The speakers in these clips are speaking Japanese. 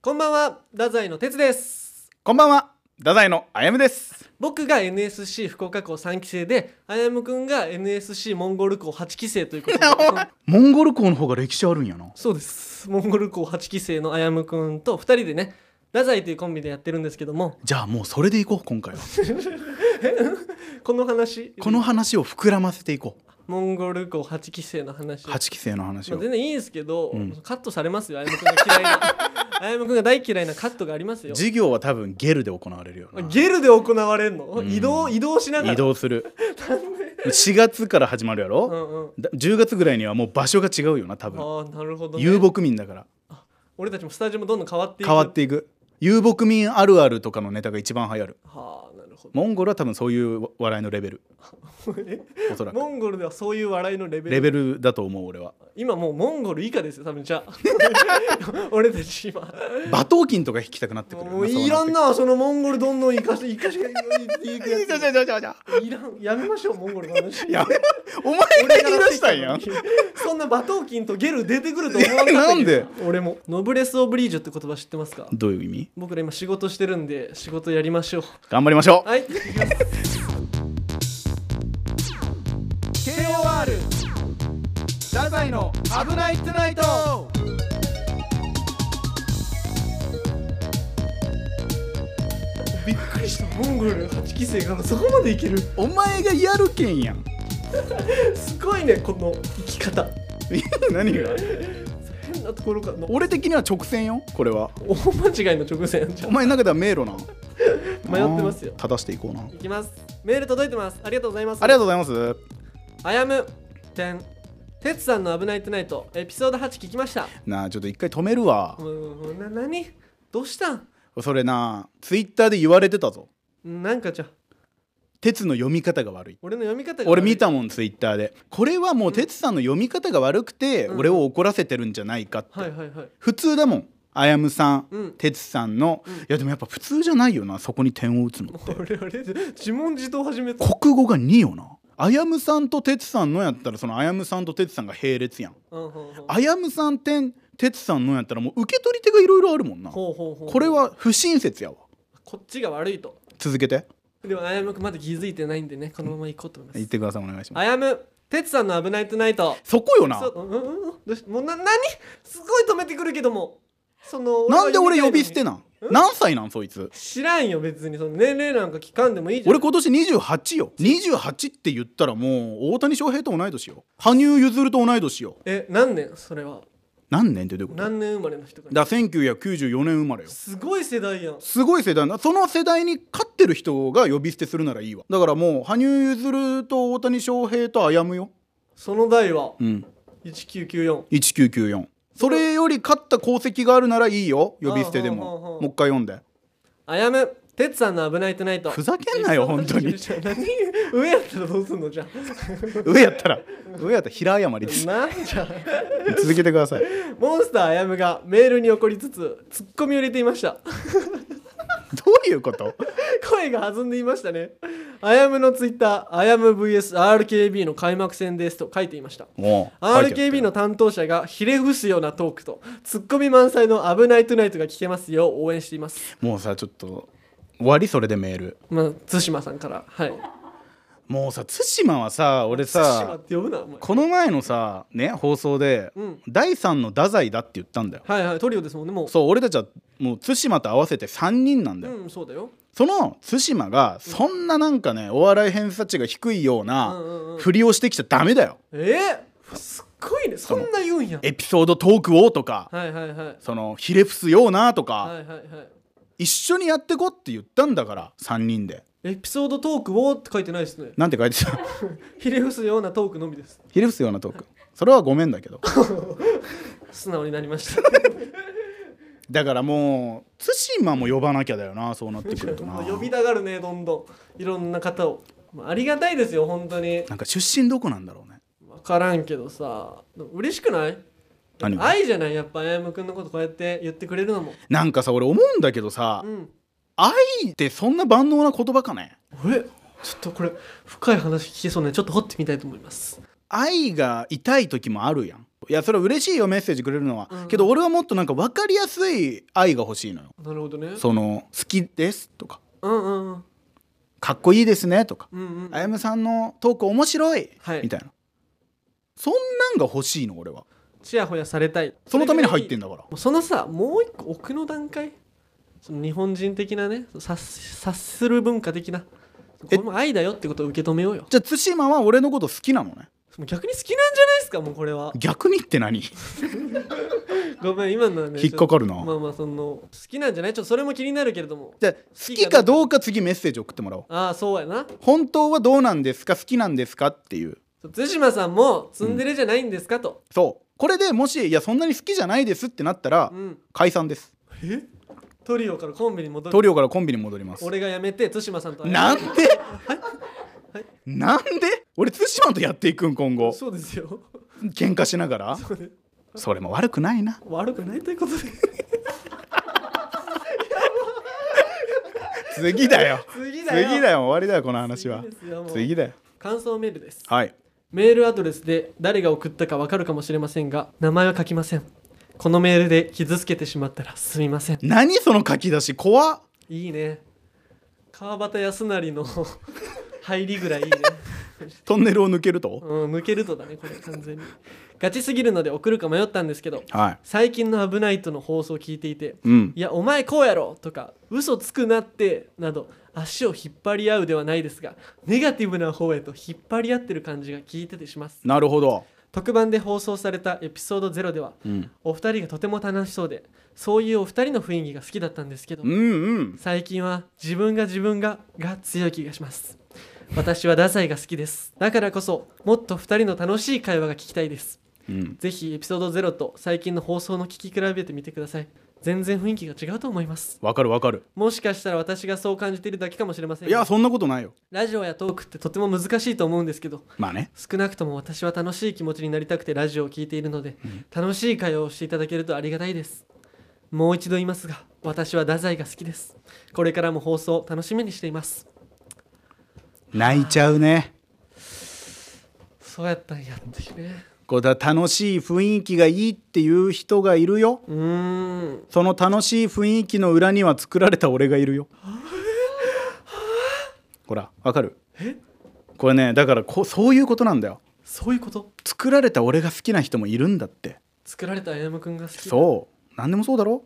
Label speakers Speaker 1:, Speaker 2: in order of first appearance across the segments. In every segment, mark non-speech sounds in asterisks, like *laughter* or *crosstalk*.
Speaker 1: こんばんは、太宰の哲です。
Speaker 2: こんばんは、太宰のあやむです。
Speaker 1: 僕が NSC 福岡校3期生で、あやむくんが NSC モンゴル校8期生ということ
Speaker 2: *laughs*
Speaker 1: で、
Speaker 2: モンゴル校の方が歴史あるんやな。
Speaker 1: そうです。モンゴル校8期生のあやむくんと2人でね、太宰というコンビでやってるんですけども、
Speaker 2: じゃあもうそれでいこう、今
Speaker 1: *laughs*
Speaker 2: 回は。
Speaker 1: この話、
Speaker 2: この話を膨らませていこ
Speaker 1: モンゴル校8期生の話
Speaker 2: う。、8期生の話
Speaker 1: まあ
Speaker 2: を。
Speaker 1: 全然いいんですけど、
Speaker 2: うん
Speaker 1: カットされますよ、あやむくんが嫌いな。 *laughs* あやむくんが大嫌いなカットがありますよ。
Speaker 2: 授業は多分ゲルで行われるよな。
Speaker 1: ゲルで行われるの、
Speaker 2: ん
Speaker 1: 移動移動しながら
Speaker 2: 移動する。4月から始まるや
Speaker 1: う
Speaker 2: ろ、
Speaker 1: んうん
Speaker 2: だ ?10 月ぐらいにはもう場所が違うよな、多分。
Speaker 1: ああなるほど、ね、
Speaker 2: 遊牧民だから。
Speaker 1: 俺たちもスタジオもどんどん変わっていく
Speaker 2: 変わっていく。遊牧民あるあるとかのネタが一番流行る。
Speaker 1: はあなるほど
Speaker 2: モンゴルは多分そういう笑いのレベル。おそらく。
Speaker 1: モンゴルではそういう笑いのレベル
Speaker 2: レベルだと思う、俺は。
Speaker 1: 今もうモンゴル以下ですよ多分じゃあ *laughs* 俺たち今
Speaker 2: 馬頭金とか引きたくなってくるよな
Speaker 1: もう
Speaker 2: そう
Speaker 1: い
Speaker 2: な
Speaker 1: ら
Speaker 2: ってくる
Speaker 1: んなそのモンゴルどんどん生かして生かしていくやついらんやめましょうモンゴルの話
Speaker 2: やめ *laughs* お前が言い出したんやん
Speaker 1: そんな馬頭金とゲル出てくると思わなかったけど
Speaker 2: いやなんで
Speaker 1: 俺もノブレス・オブリージュって言葉知ってますか
Speaker 2: どういう意味
Speaker 1: 僕ら今仕事してるんで仕事やりましょう
Speaker 2: 頑張りましょう
Speaker 1: はい KOR
Speaker 2: 太宰の危ないトゥナイト
Speaker 1: びっくりしたモンゴル8期生からそこまでいける
Speaker 2: お前がやるけん *laughs* やん
Speaker 1: すごいねこの生き方
Speaker 2: 何が
Speaker 1: 変なところからの
Speaker 2: 俺的には直線よこれは
Speaker 1: 大間違いの直線じゃ
Speaker 2: お
Speaker 1: ん
Speaker 2: 前の中では迷路な
Speaker 1: 迷ってますよ
Speaker 2: うん正していこうなあり
Speaker 1: いきますメール届いてますありがとうございます
Speaker 2: がとうございます
Speaker 1: あやむ点てつさんの「危ないトゥナイト」エピソード8聞きました
Speaker 2: なあちょっと一回止めるわ
Speaker 1: もうな何どうしたん
Speaker 2: それなツイッターで言われてたぞ
Speaker 1: なんかじゃあ
Speaker 2: 鉄の読み方が悪い
Speaker 1: 俺の読み方が
Speaker 2: 俺見たもんツイッターでこれはもう鉄さんの読み方が悪くて
Speaker 1: うん
Speaker 2: 俺を怒らせてるんじゃないかって
Speaker 1: はいはいはい
Speaker 2: 普通だもんあやむさん、
Speaker 1: うん
Speaker 2: てつさんの、
Speaker 1: ん
Speaker 2: いやでもやっぱ普通じゃないよなそこに点を打つのって
Speaker 1: 俺あれ自問自答始めた
Speaker 2: 国語が2よなあやむさんとてつさんのやったらそのあやむさんとてつさんが並列やん
Speaker 1: うんうんうん
Speaker 2: あやむさん点てつさんのやったらもう受け取り手がいろいろあるもんな
Speaker 1: ほ
Speaker 2: こ
Speaker 1: うほうほう
Speaker 2: れは不親切やわ
Speaker 1: こっちが悪いと
Speaker 2: 続けて
Speaker 1: でもあやむくんまだ気づいてないんでねこのまま行こうと思います
Speaker 2: 言ってくださいお願いしま
Speaker 1: あ
Speaker 2: す
Speaker 1: やむ、てつさんの危ないトゥナイト。
Speaker 2: そこよな
Speaker 1: そう、うんうんうん、どうしもうな、何すごい止めてくるけども。その、
Speaker 2: なんで俺呼び捨
Speaker 1: ん
Speaker 2: てなん何歳なんそいつ
Speaker 1: 知らんよ、別に。その年齢なんか聞かんでもいいじゃん。
Speaker 2: 俺今年28よ28って言ったらもう大谷翔平と同い年よ羽生結弦と同い年よ
Speaker 1: え、何年それは。
Speaker 2: 何年ってどういうこと
Speaker 1: 何年生まれの人かな。
Speaker 2: だから1994年生まれよ
Speaker 1: すごい世代やん。
Speaker 2: すごい世代なその世代に勝ってる人が呼び捨てするならいいわだからもう羽生結弦と大谷翔平と歩むよ
Speaker 1: その代は、
Speaker 2: うん
Speaker 1: 1994。
Speaker 2: 1994それより勝った功績があるならいいよ呼び捨てで
Speaker 1: ああああああ
Speaker 2: ももう一回読んで
Speaker 1: あやむ、てつさんの危ないトゥナイト。
Speaker 2: ふざけんなよ本当に
Speaker 1: じゃあ何上やったらどうすんの
Speaker 2: *laughs*
Speaker 1: じゃ
Speaker 2: 上やったら上やったら平謝り
Speaker 1: あ。 *laughs*
Speaker 2: です
Speaker 1: なんじゃあ。
Speaker 2: 続けてください
Speaker 1: モンスターあやむがメールに怒りつつ、ツッコミを入れていました。
Speaker 2: どういうこと
Speaker 1: 声が弾んでいましたね。あやむのツイッター、あやむ VSRKB の開幕戦ですと書いていました。
Speaker 2: もう
Speaker 1: RKB の担当者がひれ伏すようなトークと、ツッコミ満載の危ないトゥナイトが聞けますよう応援しています。
Speaker 2: もうさちょっと終わりそれでメール
Speaker 1: まあ、対馬さんから。はい。も
Speaker 2: もうさ対馬はさ俺
Speaker 1: 対馬
Speaker 2: さ
Speaker 1: って呼ぶな、お前。
Speaker 2: この前のさね放送で、
Speaker 1: うん
Speaker 2: 第3の太宰だって言ったんだよ
Speaker 1: はいはい、トリオですもんね、もう。
Speaker 2: そう俺たちはもう対馬と合わせて3人なんだよ、
Speaker 1: うん、そうだよ。
Speaker 2: その対馬がそんななんかねお笑い偏差値が低いよう
Speaker 1: うんうんう
Speaker 2: なんふりをしてきちゃダメだよ
Speaker 1: えー、すっごいね。そんな言うんや。
Speaker 2: エピソードトークをとか
Speaker 1: はいはいはい。
Speaker 2: そのひれ伏すようなとか、
Speaker 1: はいはいはい。
Speaker 2: 一緒にやってこって言ったんだから3人で
Speaker 1: エピソードトークをって書いてないですね。
Speaker 2: なんて書いてた *laughs*
Speaker 1: ひれ伏すようなトークのみです。
Speaker 2: ひれ伏すようなトークそれはごめんだけど
Speaker 1: 素直になりました。
Speaker 2: だからもう対馬も呼ばなきゃだよなそうなってくるとな
Speaker 1: *laughs* 呼びたがるねどんどんいろんな方を、まあ、ありがたいですよ本当に
Speaker 2: なんか出身どこなんだろうね
Speaker 1: 分からんけどさでも嬉しくない
Speaker 2: 何が
Speaker 1: 愛じゃないやっぱあやむくんのことこうやって言ってくれるのも
Speaker 2: なんかさ俺思うんだけどさ、
Speaker 1: うん
Speaker 2: 愛ってそんな万能な言葉かね
Speaker 1: えちょっとこれ深い話聞けそうねちょっと掘ってみたいと思います
Speaker 2: 愛が痛い時もあるやんいやそれは嬉しいよメッセージくれるのは、
Speaker 1: うん
Speaker 2: けど俺はもっとなんか分かりやすい愛が欲しいのよ
Speaker 1: なるほどね
Speaker 2: その「好きです」とか
Speaker 1: うんうんうん
Speaker 2: 「かっこいいですね」とか
Speaker 1: うんうん
Speaker 2: 「あやむさんのトーク面白い」
Speaker 1: はい
Speaker 2: みたいなそんなんが欲しいの俺は
Speaker 1: ちやほやされたい
Speaker 2: そのために入って
Speaker 1: ん
Speaker 2: んだから
Speaker 1: そのさもう一個奥の段階その日本人的なね察す察する文化的なこ
Speaker 2: え
Speaker 1: れも愛だよってことを受け止めようよ
Speaker 2: じゃあ対馬は俺のこと好きなのね
Speaker 1: もう逆に好きなんじゃないですかもうこれは
Speaker 2: 逆にって
Speaker 1: *laughs*
Speaker 2: 何
Speaker 1: ごめん今のはね
Speaker 2: 引っかかるな、
Speaker 1: ちょっとまあまあその好きなんじゃないちょっとそれも気になるけれども
Speaker 2: じゃあ好きかどうか次メッセージ送ってもらおう
Speaker 1: ああそうやな
Speaker 2: 本当はどうなんですか好きなんですかっていう
Speaker 1: 対馬さんもツンデレじゃないんですかと、
Speaker 2: そうこれでもしいやそんなに好きじゃないですってなったら、
Speaker 1: うん、
Speaker 2: 解散です
Speaker 1: えトリオからコンビに戻
Speaker 2: 塗
Speaker 1: る
Speaker 2: 料からコンビに戻ります
Speaker 1: 俺が辞めて対馬さんと
Speaker 2: なんでなんで俺対馬とやっていくん今後
Speaker 1: そうですよ
Speaker 2: 喧嘩しながらそれも悪くないな
Speaker 1: 悪くないということで
Speaker 2: 次だよ
Speaker 1: 次
Speaker 2: 次
Speaker 1: だよ
Speaker 2: だよ終わりだよこの話は
Speaker 1: 次ですよもう
Speaker 2: 次だよ
Speaker 1: 感想メールです
Speaker 2: はい
Speaker 1: メールアドレスで誰が送ったかわかるかもしれませんが名前は書きませんこのメールで傷つけてしまったらすみません
Speaker 2: 何その書き出し怖っ
Speaker 1: いいね川端康成の *laughs* 入りぐらいいいね、
Speaker 2: トンネルを抜けると、
Speaker 1: うん、抜けるとだねこれ完全にガチすぎるので送るか迷ったんですけど
Speaker 2: はい
Speaker 1: 最近の「危ないと」の放送を聞いていて
Speaker 2: うん
Speaker 1: いやお前こうやろとか嘘つくなってなど足を引っ張り合うではないですがネガティブな方へと引っ張り合ってる感じが聞いててします
Speaker 2: なるほど、
Speaker 1: 特番で放送されたエピソード0では
Speaker 2: うん、
Speaker 1: お二人がとても楽しそうでそういうお二人の雰囲気が好きだったんですけど
Speaker 2: うんうん
Speaker 1: 最近は自分が自分がが強い気がします私は太宰が好きですだからこそもっと二人の楽しい会話が聞きたいです
Speaker 2: うん
Speaker 1: ぜひエピソード0と最近の放送の聞き比べてみてください全然雰囲気が違うと思います
Speaker 2: わかるわかる
Speaker 1: もしかしたら私がそう感じているだけかもしれません
Speaker 2: い
Speaker 1: が
Speaker 2: やそんなことないよ
Speaker 1: ラジオやトークってとても難しいと思うんですけど
Speaker 2: まあね
Speaker 1: 少なくとも私は楽しい気持ちになりたくてラジオを聞いているので、楽しい会話をしていただけるとありがたいですもう一度言いますが私は太宰が好きですこれからも放送を楽しみにしています
Speaker 2: 泣いちゃうね
Speaker 1: そうやったんやっていうね
Speaker 2: こうだ楽しい雰囲気がいいっていう人がいるよ
Speaker 1: うーん
Speaker 2: その楽しい雰囲気の裏には作られた俺がいるよほらわかるこれねだからこうそういうことなんだよ
Speaker 1: そういうこと
Speaker 2: 作られた俺が好きな人もいるんだって
Speaker 1: 作られたあやむくんが好き
Speaker 2: そう何でもそうだろ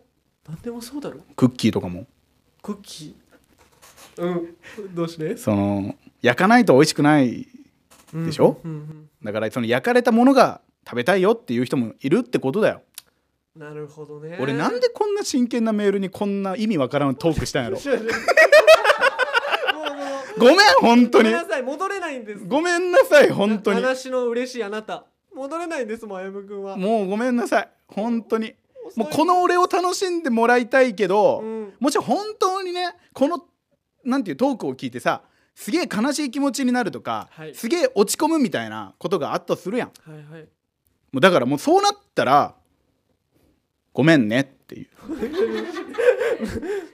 Speaker 1: なんでもそうだろ
Speaker 2: クッキーとかも
Speaker 1: クッキーうんどうして
Speaker 2: その焼かないと美味しくないでしょ
Speaker 1: うんうん
Speaker 2: だからその焼かれたものが食べたいよっていう人もいるってことだよ
Speaker 1: うんなるほどね
Speaker 2: 俺
Speaker 1: *laughs*
Speaker 2: なんでこんな真剣なメールにこんな意味わからんトークしたんやろ
Speaker 1: 違う違うもうもう
Speaker 2: ごめん本当
Speaker 1: ごめ
Speaker 2: に
Speaker 1: んなさい戻れないんです
Speaker 2: ごめんなさい本当に
Speaker 1: 話の嬉しいあなた戻れないんですもんあやむくんは
Speaker 2: もうごめんなさい本当に
Speaker 1: 遅い
Speaker 2: もうこの俺を楽しんでもらいたいけど、
Speaker 1: うん
Speaker 2: もし本当にねこのなんていうトークを聞いてさすげえ悲しい気持ちになるとか、
Speaker 1: はい
Speaker 2: すげえ落ち込むみたいなことがあったとするやん
Speaker 1: はいはい
Speaker 2: もうだからもうそうなったらごめんねっていう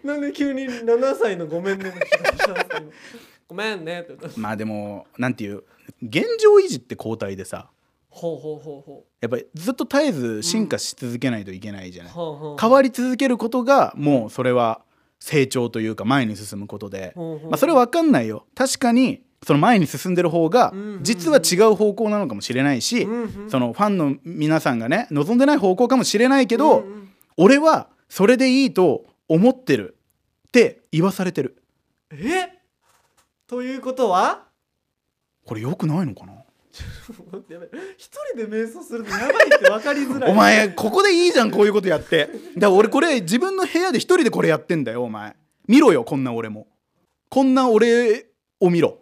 Speaker 1: なんで急に7歳のごめんねの人がしたんですか今ごめんねって言った
Speaker 2: まあでもなんていう現状維持って交代でさ
Speaker 1: ほうほうほうほ
Speaker 2: やっぱりずっと絶えず進化し続けないといけないじゃ
Speaker 1: う
Speaker 2: ない、
Speaker 1: ほうほう
Speaker 2: 変わり続けることがもうそれは成長というか前に進むことで、
Speaker 1: ほうほう
Speaker 2: まあ、それは分かんないよ確かにその前に進んでる方が
Speaker 1: うんうんうん
Speaker 2: 実は違う方向なのかもしれないし、
Speaker 1: うんうん
Speaker 2: そのファンの皆さんがね望んでない方向かもしれないけど、
Speaker 1: うんうん
Speaker 2: 俺はそれでいいと思ってるって言わされてる
Speaker 1: えということは
Speaker 2: これ良くないのかな
Speaker 1: 待ってやばい一人で瞑想するのやばいって分かりづらい
Speaker 2: お前ここでいいじゃんこういうことやってだから俺これ自分の部屋で一人でこれやってんだよお前見ろよこんな俺もこんな俺を見ろ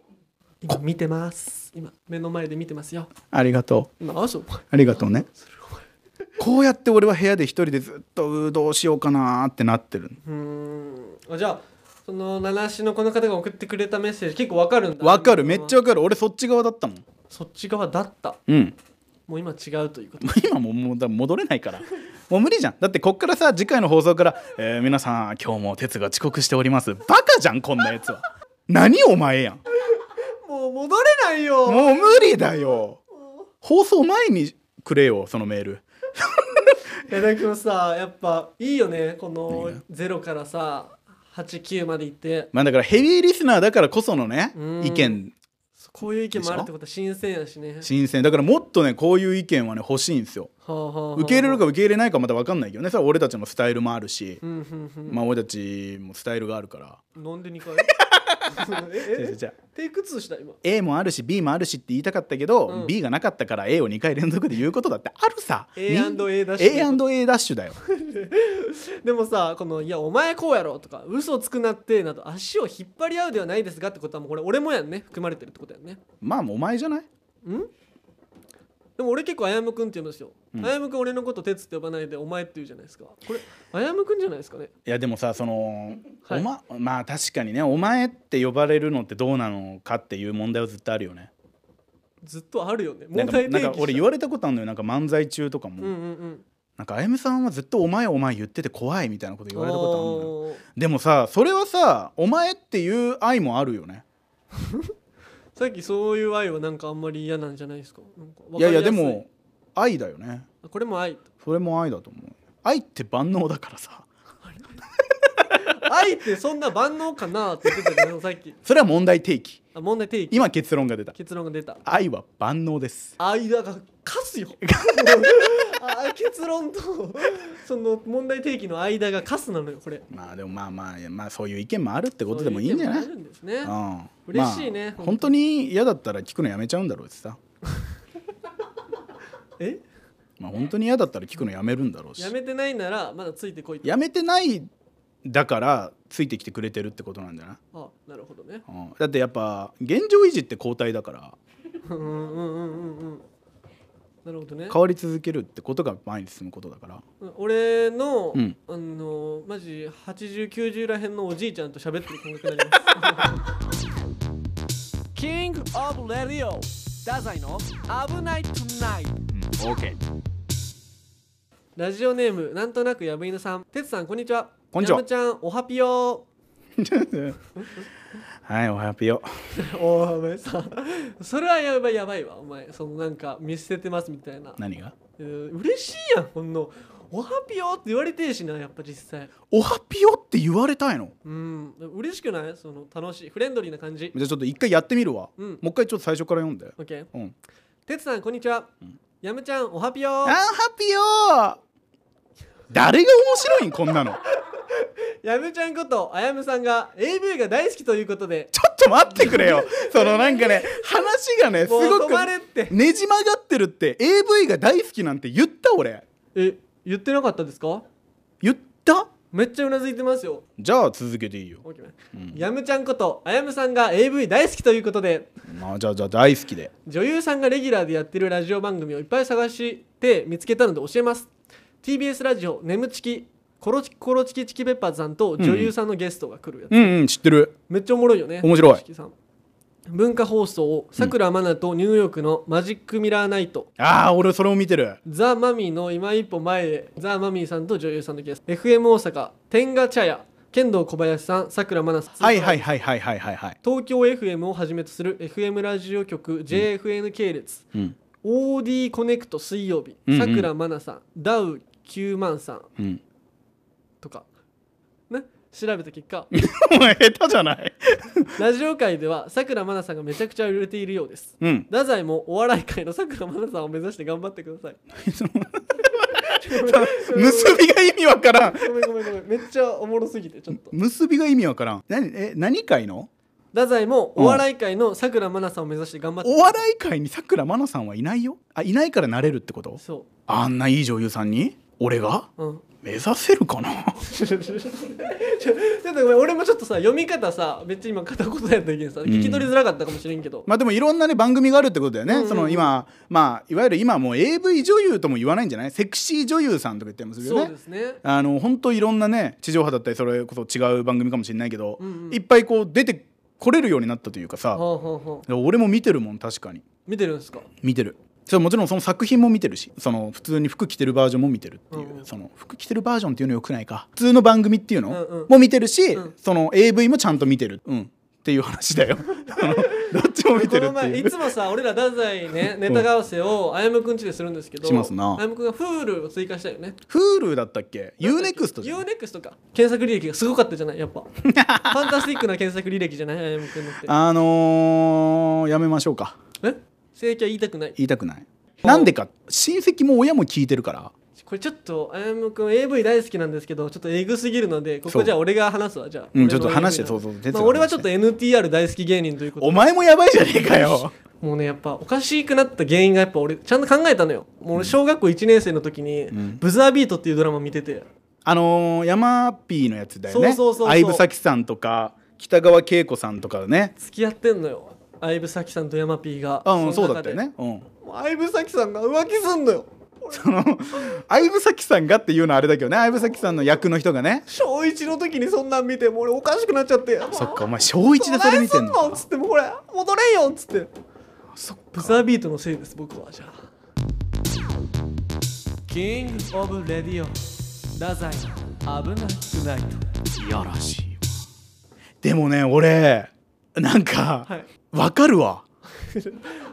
Speaker 1: 今見てます今目の前で見てますよ
Speaker 2: ありがとう
Speaker 1: 今あそうお前
Speaker 2: ありがとうね
Speaker 1: それお前
Speaker 2: こうやって俺は部屋で一人でずっとうーどうしようかなーってなってる
Speaker 1: うーんあじゃあその七種のこの方が送ってくれたメッセージ結構わかるんだ
Speaker 2: わかるめっちゃ
Speaker 1: ゃ
Speaker 2: わかる俺そっち側だったもん
Speaker 1: そっち側だった
Speaker 2: うん
Speaker 1: もう今違うということ
Speaker 2: *laughs* 今もうもうだ戻れないからもう無理じゃんだってこっからさ次回の放送から「えー皆さん今日も哲が遅刻しております」バカじゃんこんなやつは何お前やん
Speaker 1: もう戻れないよ
Speaker 2: もう無理だよ放送前にくれよそのメール
Speaker 1: いやだけどさやっぱいいよねこ
Speaker 2: 何
Speaker 1: の
Speaker 2: が
Speaker 1: 0からさ89まで行って
Speaker 2: まあだからヘビーリスナーだからこそのね
Speaker 1: うん
Speaker 2: 意見
Speaker 1: こういう意見もあるってことは新鮮やしね
Speaker 2: 新鮮だからもっとねこういう意見はね欲しいんですよ
Speaker 1: はあはあはあ
Speaker 2: 受け入れるか受け入れないかまた分かんないけどねそれは俺たちのスタイルもあるし
Speaker 1: うんうんうん
Speaker 2: まあ俺たちもスタイルがあるから
Speaker 1: なんで2回
Speaker 2: *laughs* 違う
Speaker 1: え
Speaker 2: 違
Speaker 1: え
Speaker 2: う違う
Speaker 1: テイク2した今
Speaker 2: A もあるし B もあるしって言いたかったけど、
Speaker 1: うん
Speaker 2: B がなかったから A を2回連続で言うことだってあるさ
Speaker 1: A&A だし
Speaker 2: A&A ダッシュだよ
Speaker 1: でもさこの「いやお前こうやろ」とか「嘘をつくなって」など足を引っ張り合うではないですがってことはもうこれ俺もやんね含まれてるってことやんね
Speaker 2: まあもうお前じゃない
Speaker 1: でも俺結構あやむくんって呼ぶんですよ、
Speaker 2: うん
Speaker 1: あやむくん俺のこと「鉄」って呼ばないで「お前」って言うじゃないですかこれあやむくんじゃないですかね
Speaker 2: いやでもさその、
Speaker 1: はい
Speaker 2: おままあ確かにねお前って呼ばれるのってどうなのかっていう問題はずっとあるよね
Speaker 1: ずっとあるよね問
Speaker 2: なんか
Speaker 1: 題提起
Speaker 2: なんか俺言われたことあるのよなんか漫才中とかも、
Speaker 1: うんうんうん
Speaker 2: なんかあやめさんはずっと「お前お前」言ってて怖いみたいなこと言われたことあるのよ
Speaker 1: おー
Speaker 2: でもさそれはさ「お前」っていう愛もあるよね
Speaker 1: さっきそういう愛はなんかあんまり嫌なんじゃないですかなんかわか
Speaker 2: い
Speaker 1: り
Speaker 2: や
Speaker 1: や
Speaker 2: い
Speaker 1: す
Speaker 2: やでも愛だよね
Speaker 1: これも愛
Speaker 2: それも愛だと思う愛って万能だからさ
Speaker 1: 愛ってそんな万能かなって言ってたけどさっき
Speaker 2: それは問題提起
Speaker 1: あ問題提起
Speaker 2: 今結論が出た
Speaker 1: 結論が出た
Speaker 2: 愛は万能です
Speaker 1: 間がカ
Speaker 2: *laughs*
Speaker 1: すよあ結論とその問題提起の間がカスなのよこれ
Speaker 2: まあでもまあまあまあそういう意見もあるってことでもいいんじゃない
Speaker 1: そうう意見もあるんですね
Speaker 2: うん
Speaker 1: 嬉しいね
Speaker 2: まあ、本
Speaker 1: 本
Speaker 2: 当に嫌だったら聞くのやめちゃうんだろうってさ
Speaker 1: え
Speaker 2: まあ本当に嫌だったら聞くのやめるんだろうし
Speaker 1: やめてないならまだついてこいと
Speaker 2: やめてないだからついてきてくれてるってことなんじゃない、
Speaker 1: あなるほどね
Speaker 2: うん、だってやっぱ現状維持って交代だから
Speaker 1: うんうんうんうんうんなるほどね
Speaker 2: 変わり続けるってことが前に進むことだから
Speaker 1: 俺の、
Speaker 2: うん
Speaker 1: あのマジ8090らへんのおじいちゃんと喋ってる感覚になり
Speaker 2: *laughs*
Speaker 1: ます。 *laughs* キングオブレディオダザイの危ないトゥナイト
Speaker 2: OK
Speaker 1: ラジオネームなんとなくやぶ犬さんてつさんこんにちは
Speaker 2: こんにちは
Speaker 1: やぶちゃんおはぴよ
Speaker 2: *laughs* はいおはぴよ *laughs*
Speaker 1: ーおーお前さ *laughs* それはやばいやばいわお前そのなんか見捨ててますみたいな、
Speaker 2: 何が
Speaker 1: えー嬉しいやんほんのおはぴよーって言われてえしなやっぱ実際
Speaker 2: おはぴよって言われたいの
Speaker 1: うん嬉しくないその楽しいフレンドリーな感じ
Speaker 2: じゃあちょっと一回やってみるわ、
Speaker 1: うん
Speaker 2: もう一回ちょっと最初から読んで
Speaker 1: OK
Speaker 2: うん
Speaker 1: てつさんこんにちは、やむちゃんおはぴよ
Speaker 2: あ
Speaker 1: ー
Speaker 2: んハッピーよ誰が面白いんこんなの
Speaker 1: やむちゃんことあやむさんが AV が大好きということで
Speaker 2: ちょっと待ってくれよそのなんかね話がねす
Speaker 1: も
Speaker 2: ご
Speaker 1: う止
Speaker 2: く
Speaker 1: まれって
Speaker 2: ねじ曲がってるって AV が大好きなんて言った俺
Speaker 1: え言ってなかったですか
Speaker 2: 言った
Speaker 1: めっちゃうなずいてますよ
Speaker 2: じゃあ続けていいよ、
Speaker 1: オッケーね
Speaker 2: うん
Speaker 1: やむちゃんことあやむさんが AV 大好きということで
Speaker 2: まあ、じゃあじゃあ大好きで
Speaker 1: 女優さんがレギュラーでやってるラジオ番組をいっぱい探して見つけたので教えます TBS ラジオ「眠ちき」コロチキコロチキチキペッパーズさんと女優さんのゲストが来るやつ、
Speaker 2: うんうん知ってる
Speaker 1: めっちゃおもろいよね
Speaker 2: 面白い
Speaker 1: チキさん文化放送さくらまなとニューヨークのマジックミラーナイト、
Speaker 2: ああ俺それを見てる
Speaker 1: ザ・マミーの今一歩前へザ・マミーさんと女優さんのゲスト FM 大阪天賀茶屋剣道小林さんさくらまなさん
Speaker 2: はいはいはいはいはいはいはい
Speaker 1: 東京 FM をはじめとする FM ラジオ局 JFN 系列、
Speaker 2: うん
Speaker 1: OD コネクト水曜日
Speaker 2: うんうん
Speaker 1: さくらまなさんダウ9万さん
Speaker 2: うん
Speaker 1: とか、ね、調べた結
Speaker 2: *laughs*
Speaker 1: 果
Speaker 2: *laughs* お前下手じゃない
Speaker 1: ラジオ界ではさくらまなさんがめちゃくちゃ売れているようです
Speaker 2: うん
Speaker 1: 太宰もお笑い界のさくらまなさんを目指して頑張ってください
Speaker 2: その
Speaker 1: ごめん
Speaker 2: 結びが意味わからん
Speaker 1: ごめんごめんごめんめっちゃおもろすぎてちょっと
Speaker 2: 結びが意味わからん何え何回の
Speaker 1: 太宰もお笑い界のさくらまなさんを目指して頑張って
Speaker 2: お笑い界にさくらまなさんはいないよあいないからなれるってこと
Speaker 1: そ
Speaker 2: あんないい女優さんに俺が
Speaker 1: ううん
Speaker 2: 目指せるかな *laughs*
Speaker 1: ちょちょっとごめん俺もちょっとさ読み方さめっちゃ今片言やったけどさ聞き取りづらかったかもしれんけど、
Speaker 2: まあでもいろんなね番組があるってことだよね、
Speaker 1: うんうんうん
Speaker 2: その今まあいわゆる今もう AV 女優とも言わないんじゃないセクシー女優さんとか言ったりもするよ
Speaker 1: そう
Speaker 2: ね
Speaker 1: ですね
Speaker 2: あの本当いろんなね地上波だったりそれこそ違う番組かもしれないけど、
Speaker 1: うんうん
Speaker 2: いっぱいこう出てこれるようになったというか
Speaker 1: は
Speaker 2: さ
Speaker 1: あ、はあはあ、
Speaker 2: 俺も見てるもん確かに
Speaker 1: 見てるんですか
Speaker 2: 見てるそれもちろんその作品も見てるしその普通に服着てるバージョンも見てるっていう、
Speaker 1: うんうん
Speaker 2: その服着てるバージョンっていうのよくないか普通の番組っていうの、
Speaker 1: うんうん
Speaker 2: も見てるし、
Speaker 1: うん *laughs*
Speaker 2: その AV もちゃんと見てる、うん、っていう話だよあのどっちもを見てる
Speaker 1: こ
Speaker 2: っ
Speaker 1: の
Speaker 2: て
Speaker 1: 前
Speaker 2: い
Speaker 1: いうつもさ俺ら太宰ねネタ合わせをあやむくんちでするんですけど
Speaker 2: しますな
Speaker 1: あやむくんが Hulu を追加したよね
Speaker 2: Hulu だったっけ UNEXT じゃん
Speaker 1: UNEXT か検索履歴がすごかったじゃないやっ
Speaker 2: *laughs*
Speaker 1: ぱファンタスティックな検索履歴じゃないあやむくんのって
Speaker 2: あのー、やめましょうか
Speaker 1: え正規は言いたくない
Speaker 2: 言いたくないなんでか親戚も親も聞いてるから
Speaker 1: これちょっとあやむくん AV 大好きなんですけどちょっとエグすぎるのでこ
Speaker 2: そ
Speaker 1: こ
Speaker 2: う
Speaker 1: じゃあ俺が話すわじゃあ
Speaker 2: うん
Speaker 1: 俺の
Speaker 2: ちょっと話して
Speaker 1: AV
Speaker 2: そうそう
Speaker 1: ま
Speaker 2: 哲也
Speaker 1: あ、
Speaker 2: の話
Speaker 1: 俺はちょっと NTR 大好き芸人ということで
Speaker 2: お前もやばいじゃねえかよ
Speaker 1: もうねやっぱおかしくなった原因がやっぱ俺ちゃんと考えたのよもう俺小学校1年生の時に「
Speaker 2: ん
Speaker 1: ブザービート」っていうドラマ見てて
Speaker 2: あのー、山っぴーのやつだよ
Speaker 1: そ
Speaker 2: ね
Speaker 1: うそうそうそう
Speaker 2: 相武咲さんとか北川景子さんとかね
Speaker 1: 付き合ってんのよ相武咲さんと山 P が
Speaker 2: あうん
Speaker 1: の中
Speaker 2: そ
Speaker 1: で
Speaker 2: うだったよねうん
Speaker 1: もう相武咲さんが浮気すんのよ
Speaker 2: その相武咲さんがっていうのはあれだけどね相武咲さんの役の人がね
Speaker 1: 小1の時にそんなん見てもう俺おかしくなっちゃって
Speaker 2: そっかお前小一でそれ見てんの
Speaker 1: どないすんのっ
Speaker 2: か
Speaker 1: つってもうこれ戻れんよっつって
Speaker 2: そっか
Speaker 1: ブザービートのせいです僕はじゃあキングオブレディオ太宰危なくないと
Speaker 2: いやらしいわでもね俺なんか、
Speaker 1: はい
Speaker 2: わかるわ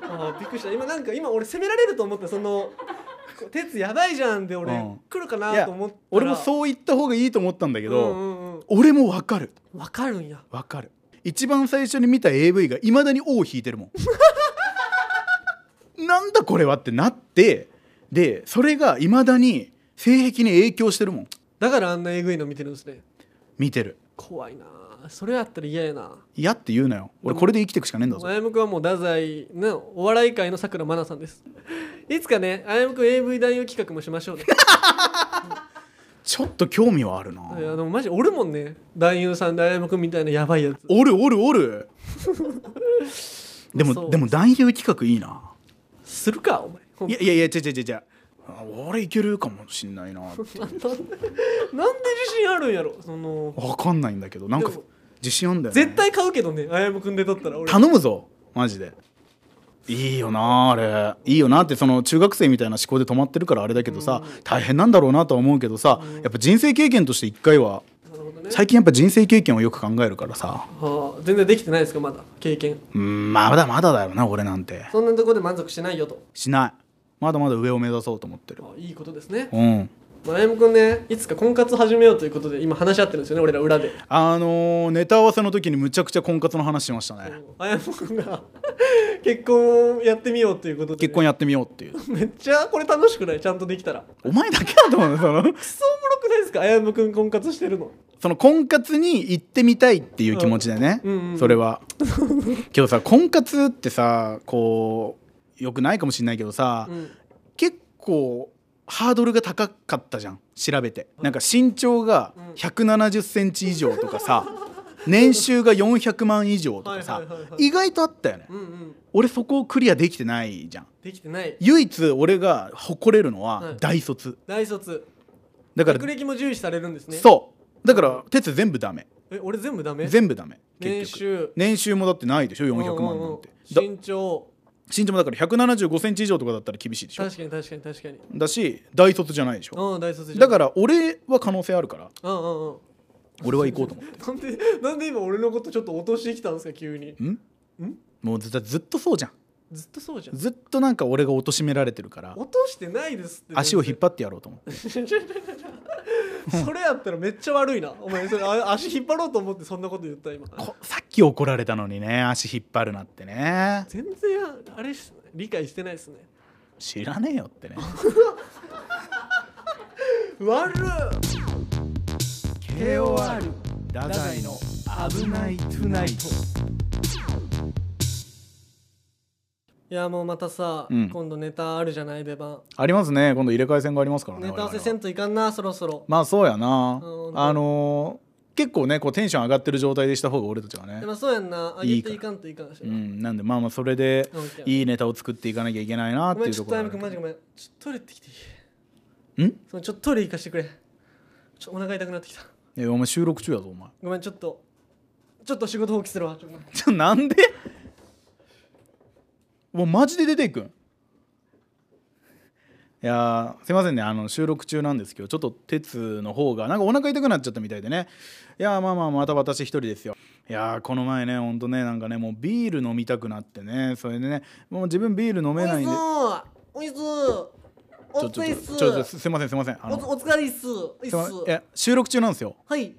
Speaker 1: あーびっくりした今なんか今俺責められると思ったその「鉄やばいじゃん」で俺、
Speaker 2: うん
Speaker 1: 来るか
Speaker 2: い
Speaker 1: な
Speaker 2: や
Speaker 1: と思ったら
Speaker 2: 俺も
Speaker 1: う
Speaker 2: そう言った方がいいと思ったんだけ
Speaker 1: け
Speaker 2: ど、
Speaker 1: うんうんうん、
Speaker 2: 俺もわかる
Speaker 1: 分かるんや
Speaker 2: わかる一番最初に見た AV がいまだに尾を引いてるも
Speaker 1: *laughs*
Speaker 2: んなんだこれはってなってでそれがいまだに性癖に影響してるもん
Speaker 1: だからあんなえぐいの見てるんですね
Speaker 2: 見てる
Speaker 1: 怖いなあそれやったら嫌やな
Speaker 2: 嫌って言うなよ俺これで生きていくしかねえんだぞ
Speaker 1: あやむくんはもう太宰のお笑い界のさくらまなさん *laughs* ですいつかねあやむくん AV 男優企画もしまし *laughs* ょうね
Speaker 2: ちょっと興味はあるない
Speaker 1: やでもマジおるもんね男優さんであやむくんみたいなやばいやつ
Speaker 2: おるおるおるで
Speaker 1: そ
Speaker 2: も
Speaker 1: う
Speaker 2: でも男優企画いいな
Speaker 1: するかお前ほん
Speaker 2: いやいやいや違う違う違う違うあ俺いけるかもしんないなって
Speaker 1: *laughs* なんで自信あるんやろその
Speaker 2: わかんないんだけどなんか
Speaker 1: でも
Speaker 2: 自信あんだよ、ね、
Speaker 1: 絶対買うけどねあやむくんで撮ったら俺
Speaker 2: 頼むぞマジでいいよなあれいいよなってその中学生みたいな思考で止まってるからあれだけどさ、大変なんだろうなとは思うけどさ、やっぱ人生経験として一回は
Speaker 1: なるほどね
Speaker 2: 最近やっぱ人生経験をよく考えるからさ
Speaker 1: はあ、全然できてないですかまだ経験
Speaker 2: うんまだまだだよな俺なんて
Speaker 1: そんなとこで満足してないよと
Speaker 2: しないまだまだ上を目指そうと思ってる
Speaker 1: あいいことですね
Speaker 2: うん
Speaker 1: まあ、M 君ねいつか婚活始めようということで今話し合ってるんですよね俺ら裏で
Speaker 2: あのーネタ合わせの時にむちゃくちゃ婚活の話しましたね
Speaker 1: あやむ君が結婚をやってみようということで、
Speaker 2: 結婚やってみようっていう
Speaker 1: めっちゃこれ楽しくないちゃんとできたらく
Speaker 2: お前だけだと思うよその
Speaker 1: そおもろくないですかあやむ君婚活してるの
Speaker 2: その婚活に行ってみたいっていう気持ちでね、
Speaker 1: うんうんうん
Speaker 2: それはけどさ婚活ってさこうよくないかもしれないけどさ、
Speaker 1: うん
Speaker 2: 結構ハードルが高かったじゃん調べてなんか身長が
Speaker 1: うん
Speaker 2: 1 7 0ンチ以上とかさ年収が400万以上とか
Speaker 1: はいは
Speaker 2: さ
Speaker 1: いはいはい
Speaker 2: 意外とあったよね
Speaker 1: うんうん
Speaker 2: 俺そこをクリアできてないじゃん
Speaker 1: できてない
Speaker 2: 唯一俺が誇れるの
Speaker 1: は
Speaker 2: はい大卒、
Speaker 1: 大卒
Speaker 2: だから
Speaker 1: 学歴も重視されるんですね
Speaker 2: そうだから鉄全部ダメ
Speaker 1: え俺全部ダメ
Speaker 2: 全部ダメ結
Speaker 1: 年
Speaker 2: 局
Speaker 1: 収
Speaker 2: 年収もだってないでしょ400万なん
Speaker 1: う
Speaker 2: て
Speaker 1: んう
Speaker 2: だ
Speaker 1: んうん身長
Speaker 2: 身長もだから1 7 5ンチ以上とかだったら厳しいでしょ
Speaker 1: 確かに確かに確かに
Speaker 2: だし大卒じゃないでしょ
Speaker 1: うん大卒じゃん
Speaker 2: だから俺は可能性あるから
Speaker 1: うんうんうん
Speaker 2: 俺は行こうと思って
Speaker 1: なんでなんで今俺のことちょっと落としてきたんですか急に
Speaker 2: ん
Speaker 1: ん
Speaker 2: もうずずっとそうじゃん
Speaker 1: ずっとそうじゃん
Speaker 2: ずっとなんか俺が貶められてるから
Speaker 1: 落としてないですって
Speaker 2: 足を引っ張ってやろうと思って
Speaker 1: それやったらめっちゃ悪いなお前それあ足引っ張ろうと思ってそんなこと言った今
Speaker 2: こさっき怒られたのにね足引っ張るなってね
Speaker 1: 全然あれっすね理解してないですね
Speaker 2: 知らねえよってね
Speaker 1: 悪っ
Speaker 2: KOR 太宰の「危ないトゥナイト」
Speaker 1: いやもうまたさ、
Speaker 2: うん
Speaker 1: 今度ネタあるじゃない出番
Speaker 2: ありますね今度入れ替え戦がありますからね
Speaker 1: ネタ合わせ
Speaker 2: 我々は
Speaker 1: せんといかんなそろそろ、
Speaker 2: まあそうやな
Speaker 1: うん
Speaker 2: あのー結構ねこうテンション上がってる状態でした方が俺たちはね
Speaker 1: でもそうやんなあげていかんといかんし
Speaker 2: う、んなんでまあまあそれで
Speaker 1: オッケー
Speaker 2: いいネタを作っていかなきゃいけないなっ
Speaker 1: ごめ
Speaker 2: てい
Speaker 1: ん
Speaker 2: う
Speaker 1: ちょっ
Speaker 2: とこと
Speaker 1: あ
Speaker 2: ろ
Speaker 1: や
Speaker 2: あ
Speaker 1: むくんマ
Speaker 2: る
Speaker 1: ジごめんちょっとトイレ行ってきていい
Speaker 2: ん
Speaker 1: そのちょっとトイレ行かしてくれちょっとお腹痛くなってきた
Speaker 2: えお前収録中やぞお前
Speaker 1: ごめんちょっとちょっと仕事放棄するわちょっとごめん
Speaker 2: じゃあ *laughs* なんでもうマジで出ていくんいやーすいませんねあの収録中なんですけどちょっと鉄の方がなんかお腹痛くなっちゃったみたいでねいやーまあまあまた私一人ですよいやーこの前ねほんとねなんかねもうビール飲みたくなってねそれでねもう自分ビール飲めないんで
Speaker 1: そうおいしそう
Speaker 2: ち
Speaker 1: おい
Speaker 2: ょちょ
Speaker 1: し
Speaker 2: ちょ
Speaker 1: そ
Speaker 2: ちょちょ
Speaker 1: う
Speaker 2: すすいませんすいませんあ
Speaker 1: お
Speaker 2: の
Speaker 1: つお疲れっすおいっ
Speaker 2: すい
Speaker 1: す
Speaker 2: ませんいや収録中なんですよ
Speaker 1: はい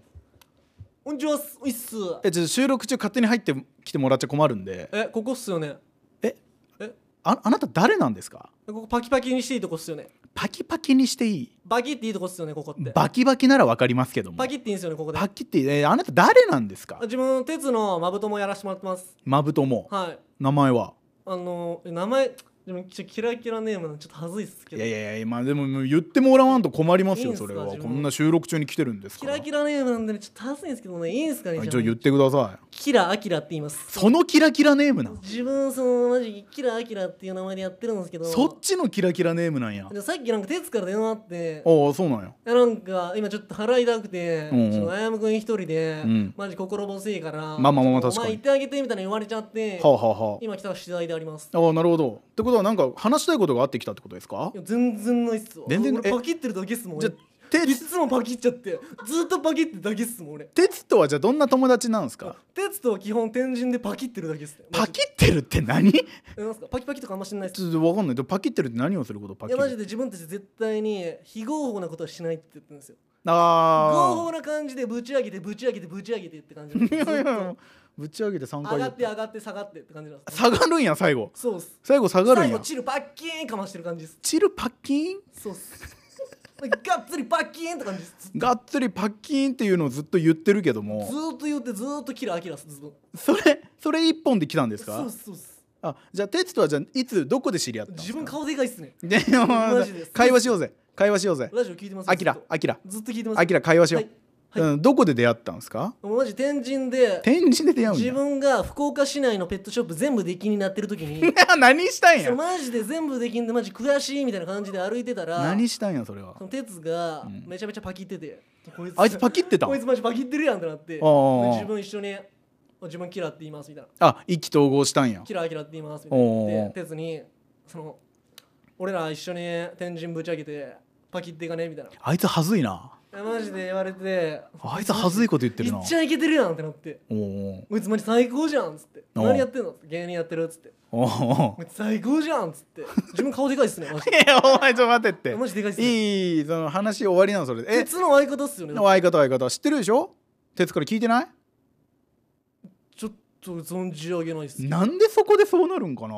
Speaker 1: こんにちはっすおいっす
Speaker 2: えちょ収録中勝手に入ってきてもらっちゃ困るんで
Speaker 1: えここっすよね
Speaker 2: え
Speaker 1: え
Speaker 2: ああなた誰なんですか
Speaker 1: ここパキパキにしていいとこっすよね
Speaker 2: パキパキにしていい
Speaker 1: バキっていいとこっすよねここって
Speaker 2: バキバキならわかりますけども
Speaker 1: パキっていいんですよねここで
Speaker 2: パキって、えーあなた誰なんですか
Speaker 1: 自分鉄のまぶともやらしてもらってます
Speaker 2: マブとも
Speaker 1: はい
Speaker 2: 名前は
Speaker 1: あのー名前でもちょキラキラネームなんでちょっと恥ずいっすけ
Speaker 2: い
Speaker 1: ど
Speaker 2: やいやいやまあでももう言ってもらわんと困ります
Speaker 1: いい
Speaker 2: よ
Speaker 1: んす
Speaker 2: そ
Speaker 1: か
Speaker 2: れは
Speaker 1: 自分
Speaker 2: こんな収録中に来てるんです
Speaker 1: キ
Speaker 2: から
Speaker 1: ラキラネームなんでねちょっと恥ずいんですけどねいいんすかね
Speaker 2: はい
Speaker 1: じ
Speaker 2: ちょ
Speaker 1: ゃ
Speaker 2: 言っ
Speaker 1: あ
Speaker 2: てください
Speaker 1: キラアキラって言います
Speaker 2: そのキラキラネームなの
Speaker 1: 自分そのマジキラアキラっていう名前でやってるんですけど
Speaker 2: そっちのキラキラネームなんやあ
Speaker 1: でさっきなんか鉄から電話あって
Speaker 2: あそうなんや
Speaker 1: いやなんか今ちょっと腹痛くて、
Speaker 2: うんうん
Speaker 1: ちょっとあやむくん一人で、
Speaker 2: うん
Speaker 1: マジ心細いから、
Speaker 2: まあまあまあまあ
Speaker 1: ちょっと
Speaker 2: 確かに
Speaker 1: お前行ってあげてみたいな言われちゃって、
Speaker 2: はあはあは
Speaker 1: 今来た取材であります。
Speaker 2: あああなるほどってことはなんか話したいことがあってきたってことですか
Speaker 1: いや全然ないっすわ。
Speaker 2: 全然
Speaker 1: 俺
Speaker 2: え
Speaker 1: パキってるだけっすもん。
Speaker 2: じゃ
Speaker 1: 俺
Speaker 2: あて
Speaker 1: いつもパキっちゃって、ずっとパキってるだけっすもん俺。
Speaker 2: てつとはじゃあどんな友達なんですか
Speaker 1: 鉄とは基本天神でパキってるだけっすね。
Speaker 2: パキってるって何ち
Speaker 1: えなんすかパキパキとかあんましないっす。
Speaker 2: ょっと分かんないでパキってるって何をすることパ
Speaker 1: い
Speaker 2: キ
Speaker 1: や
Speaker 2: る
Speaker 1: マジで自分たち絶対に非合法なことはしないって言ってるんですよ。合
Speaker 2: あ
Speaker 1: 法
Speaker 2: あ
Speaker 1: な感じでぶち上げてぶち上げてぶち上げてって感じなん
Speaker 2: い *laughs*
Speaker 1: です。ずっ
Speaker 2: やいや
Speaker 1: と
Speaker 2: ぶち上げて3
Speaker 1: 上
Speaker 2: 回
Speaker 1: が
Speaker 2: 言
Speaker 1: っ
Speaker 2: って
Speaker 1: 上がって下がってって感じなんです。
Speaker 2: 下がるんや最後
Speaker 1: そうっす。
Speaker 2: 最後下がるん
Speaker 1: 最後
Speaker 2: や
Speaker 1: チルパッキーンかましてる感じです
Speaker 2: チルパッキン
Speaker 1: そうっ
Speaker 2: *laughs*
Speaker 1: すがっつりパッキーンって感じですず
Speaker 2: がっつりパッキンっていうのをずっと言ってるけども
Speaker 1: ずーっと言ってずーっとキラアキラっすずっと
Speaker 2: それそれ一本で来たんです
Speaker 1: そう
Speaker 2: か
Speaker 1: っすそうっす
Speaker 2: あじゃあてつとはじゃあいつどこで知り合ったんです
Speaker 1: 自
Speaker 2: か
Speaker 1: 分顔でかいっすね
Speaker 2: でも
Speaker 1: マジで
Speaker 2: 会話しようぜ会話しようぜ
Speaker 1: ラジオ聞いてます
Speaker 2: あきらあきら
Speaker 1: ずっと聞いてます
Speaker 2: あきら会話しよ
Speaker 1: は
Speaker 2: う、
Speaker 1: いはい
Speaker 2: うん、どこで出会ったんですか
Speaker 1: もうマジ天神で
Speaker 2: 天神で出会うん
Speaker 1: 自
Speaker 2: や
Speaker 1: 分が福岡市内のペットショップ全部出禁になってる時に
Speaker 2: *laughs* 何したん
Speaker 1: そ
Speaker 2: や
Speaker 1: うマジで全部出禁でマジ悔しいみたいな感じで歩いてたら
Speaker 2: 何したんやそれは
Speaker 1: その鉄がめちゃめちゃパキってて、こいつ
Speaker 2: あいつパキってた
Speaker 1: こいつマジパキってるやんってなってで
Speaker 2: ああ
Speaker 1: 自分一緒に自分キラって言いますみたいな
Speaker 2: あ意気投合したんや
Speaker 1: キラキラって言いますみたいな
Speaker 2: おうおうお
Speaker 1: 言
Speaker 2: う
Speaker 1: って鉄にその俺ら一緒に天神ぶち上げてパキっていかねみたいな
Speaker 2: あいつはずいな
Speaker 1: えマジで言われて
Speaker 2: あいつはずいこと言ってる
Speaker 1: い
Speaker 2: な
Speaker 1: っちゃいけてるやんってなって
Speaker 2: おう
Speaker 1: こいつマジ最高じゃんっつって
Speaker 2: おう
Speaker 1: 何やってんのっつって芸人やってるっつって
Speaker 2: おうお *laughs* うおう
Speaker 1: こいつ最高じゃんっつって自分顔でかいっすねマジ
Speaker 2: いやお前ちょっと待ってって
Speaker 1: マジでかいっすね
Speaker 2: いいその話終わりなのそれえ
Speaker 1: 鉄の相方っすよね
Speaker 2: 相方相方知ってるでしょ鉄から聞いてない
Speaker 1: ちょっと存じ上げないっす
Speaker 2: なんでそこでそうなるんかな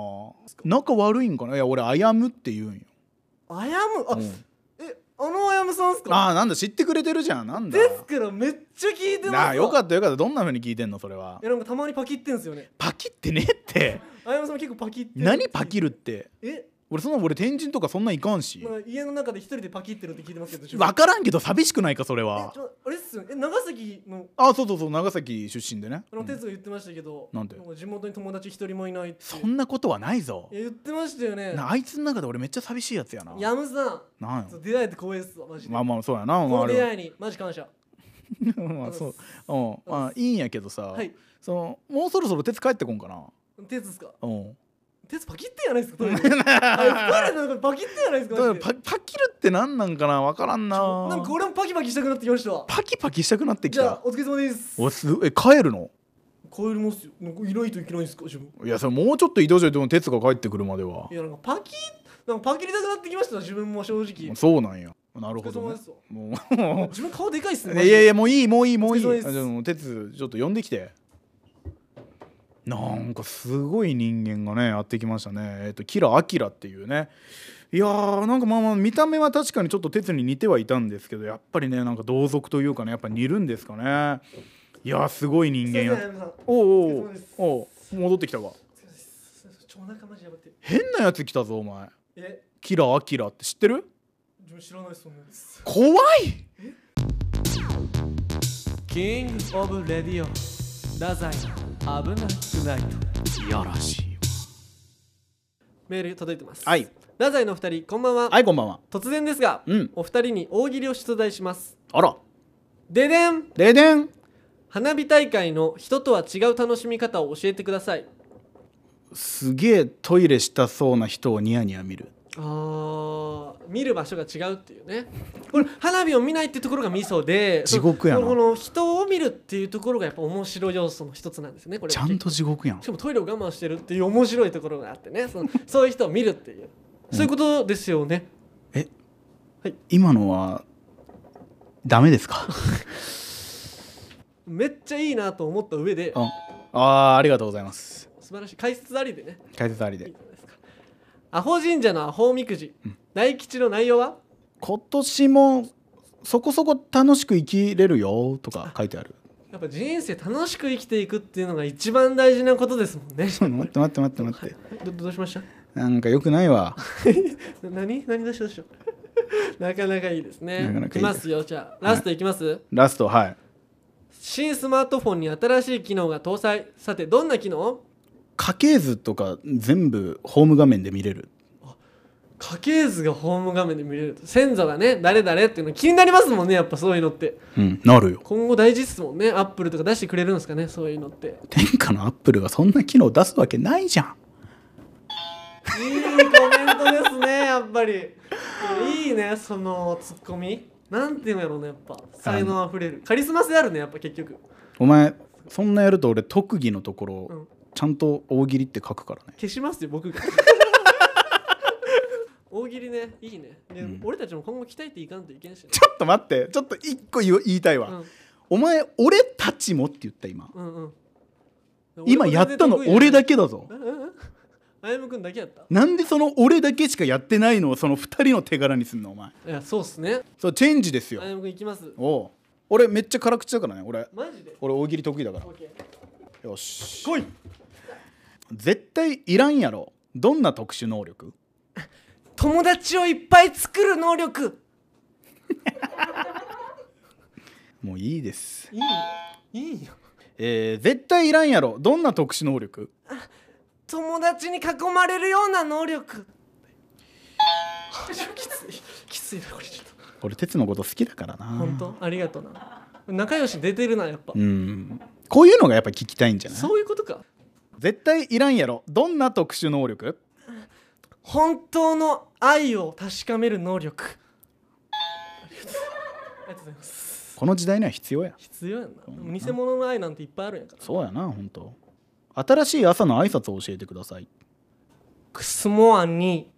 Speaker 2: 仲悪いんかないや俺あやむって言うんよ
Speaker 1: あやむあ、
Speaker 2: うん
Speaker 1: えあのあやむさんっすか
Speaker 2: ああなんだ知ってくれてるじゃんなんだ
Speaker 1: ですからめっちゃ聞いてます
Speaker 2: なあよか
Speaker 1: っ
Speaker 2: ったよかったどんな風に聞いてんのそれはい
Speaker 1: やなんかたまにパキってんすよね
Speaker 2: パキってねえって
Speaker 1: あやむさんも結構パキってる
Speaker 2: 何パキるって
Speaker 1: え
Speaker 2: 俺そんな俺天神とかそんないかんし
Speaker 1: まあ、家の中で一人でパキってるって聞いてますけど自分
Speaker 2: 分からんけど寂しくないかそれ
Speaker 1: え
Speaker 2: は
Speaker 1: ちょあれっすよねえ長崎の
Speaker 2: あそうそうそう長崎出身でね
Speaker 1: あの哲が言ってましたけど、
Speaker 2: なんで
Speaker 1: か地元に友達一人もいないって
Speaker 2: そんなことはないぞ
Speaker 1: え言ってましたよね
Speaker 2: なあいつの中で俺めっちゃ寂しいやつやな
Speaker 1: やむさん
Speaker 2: なん
Speaker 1: そ
Speaker 2: よ
Speaker 1: う出会えて光栄っすわマジで、
Speaker 2: まあまあそうやなま
Speaker 1: こ
Speaker 2: ああ
Speaker 1: の出
Speaker 2: れは
Speaker 1: 会いにマジ感謝
Speaker 2: *laughs* まあそううんまあいいんやけどさ
Speaker 1: はい
Speaker 2: そのもうそろそろ鉄帰ってこんかな
Speaker 1: 鉄っすか
Speaker 2: うん
Speaker 1: 鉄パキってんやないっすかと *laughs* りあえずあいつ誰なのかパキってんやないっす
Speaker 2: だ
Speaker 1: か
Speaker 2: か
Speaker 1: マ
Speaker 2: ら
Speaker 1: ジで
Speaker 2: *laughs* パパキるって何なんかな分からんな
Speaker 1: なんか俺もパキパキしたくなってきましたわ
Speaker 2: パキパキしたくなってき
Speaker 1: じゃあ
Speaker 2: た
Speaker 1: お疲れ様です
Speaker 2: おすえ帰るの
Speaker 1: 帰りますよなんかいないといけないんですか自分
Speaker 2: いやそれもうちょっと移動しないと鉄が帰ってくるまではい
Speaker 1: やなんかパキなんかパキりたくなってきました自分も正直
Speaker 2: そうなんやなる
Speaker 1: お疲
Speaker 2: ほ
Speaker 1: れ様で
Speaker 2: どね
Speaker 1: すわ
Speaker 2: もう
Speaker 1: 自分顔でかいっすねマジ
Speaker 2: い
Speaker 1: で
Speaker 2: やいやもういいもういいもういい
Speaker 1: お疲れ様です
Speaker 2: あじゃあもう鉄ちょっと呼んできてなんかすごい人間がねやってきましたねえっとキラアキラっていうねいやーなんかまあまあ見た目は確かにちょっと鉄に似てはいたんですけどやっぱりねなんか同族というかねやっぱ似るんですかねいやーすごい人間や
Speaker 1: すいません皆さんお疲
Speaker 2: おうお
Speaker 1: お疲れ様
Speaker 2: う
Speaker 1: です
Speaker 2: おう戻ってきたわ
Speaker 1: れ様ですちょお腹マジやばって
Speaker 2: 変なやつ来たぞお前
Speaker 1: え
Speaker 2: キラアキラって知ってる
Speaker 1: 自分知らないっすもんです
Speaker 2: 怖い
Speaker 1: キングオブレディオ太宰危なくないと
Speaker 2: いやらしい
Speaker 1: メール届いてます
Speaker 2: はい
Speaker 1: 太宰のお二人こんばんは、
Speaker 2: はいこんばんは
Speaker 1: 突然ですが、
Speaker 2: うん
Speaker 1: お二人に大喜利を出題します
Speaker 2: あら
Speaker 1: ででん
Speaker 2: ででん
Speaker 1: 花火大会の人とは違う楽しみ方を教えてください
Speaker 2: すげえトイレしたそうな人をニヤニヤ見る
Speaker 1: あー見る場所が違うっていうねこれ花火を見ないってところがミソで
Speaker 2: 地獄やな
Speaker 1: そのこの人を見るっていうところがやっぱ面白い要素の一つなんですよねこれ
Speaker 2: ちゃんと地獄やん
Speaker 1: しかもトイレを我慢してるっていう面白いところがあってね
Speaker 2: *laughs*
Speaker 1: そのそういう人を見るっていうそういうことですよね、
Speaker 2: 今のはダメですか
Speaker 1: めっちゃいいなと思った上で
Speaker 2: ああーありがとうございます
Speaker 1: 素晴らしい解説ありでね
Speaker 2: 解説あり
Speaker 1: いい
Speaker 2: で
Speaker 1: じゃないですかアホ神社のアホおみくじ、大吉の内容は
Speaker 2: 今年もそこそこ楽しく生きれるよとか書いてある
Speaker 1: やっぱ人生楽しく生きていくっていうのが一番大事なことですもんね
Speaker 2: 待って待って待って待って
Speaker 1: どどうしました
Speaker 2: なんか良くないわ
Speaker 1: な何何出しどうしよう *laughs* なかなかいいですね
Speaker 2: なかなかいいです
Speaker 1: きますよじゃあラストいきます、
Speaker 2: ラストはい
Speaker 1: 新スマートフォンに新しい機能が搭載さてどんな機能
Speaker 2: 家系図とか全部ホーム画面で見れる
Speaker 1: 家系図がホーム画面で見れると先祖がね誰々っていうの気になりますもんねやっぱそういうのって
Speaker 2: うんなるよ
Speaker 1: 今後大事ですもんねアップルとか出してくれるんですかねそういうのって
Speaker 2: 天下のアップルがそんな機能出すわけないじゃん
Speaker 1: いいコメントですねやっぱりいいねそのツッコミなんていうんやろうねやっぱ才能あふれるカリスマ性あるねやっぱ結局
Speaker 2: お前そんなやると俺特技のところ、
Speaker 1: うん
Speaker 2: ちゃんと大喜利って書くからね
Speaker 1: 消しますよ僕が *laughs* 大喜利ねいいねで、
Speaker 2: うん
Speaker 1: 俺たちも今後鍛えていかんといけんしね
Speaker 2: ちょっと待ってちょっと一個言いたいわ、
Speaker 1: うん
Speaker 2: お前俺たちもって言った今
Speaker 1: うんうん
Speaker 2: 今やったの俺だ
Speaker 1: け
Speaker 2: けだぞ
Speaker 1: あやむくんだけやった
Speaker 2: なんでその俺だけしかやってないのをその2人の手柄にすんのお前
Speaker 1: いやそうっすね
Speaker 2: そうチェンジですよ
Speaker 1: あやむくんいきます
Speaker 2: おう俺めっちゃ辛口だからね俺
Speaker 1: マジで
Speaker 2: 俺大喜利得意だから
Speaker 1: オッケー
Speaker 2: よし
Speaker 1: 来い
Speaker 2: 絶対いらんやろどんな特殊能力
Speaker 1: 友達をいっぱい作る能力
Speaker 2: もういいです
Speaker 1: いいよいいよ
Speaker 2: えー、絶対いらんやろどんな特殊能力
Speaker 1: 友達に囲まれるような能力 *laughs* きついきついなこれちょっと
Speaker 2: 俺鉄のこと好きだからな
Speaker 1: 本当ありがとうな仲良し出てるなやっぱ、
Speaker 2: うんこういうのがやっぱ聞きたいんじゃない
Speaker 1: そういうことか
Speaker 2: 絶対いらんやろどんな特殊能力
Speaker 1: 本当の愛を確かめる能力ありがとうございます
Speaker 2: この時代には必要や
Speaker 1: 必要やんな偽物の愛なんていっぱいあるんやから
Speaker 2: そうやな本当新しい朝の挨拶を教えてください
Speaker 1: クスモアに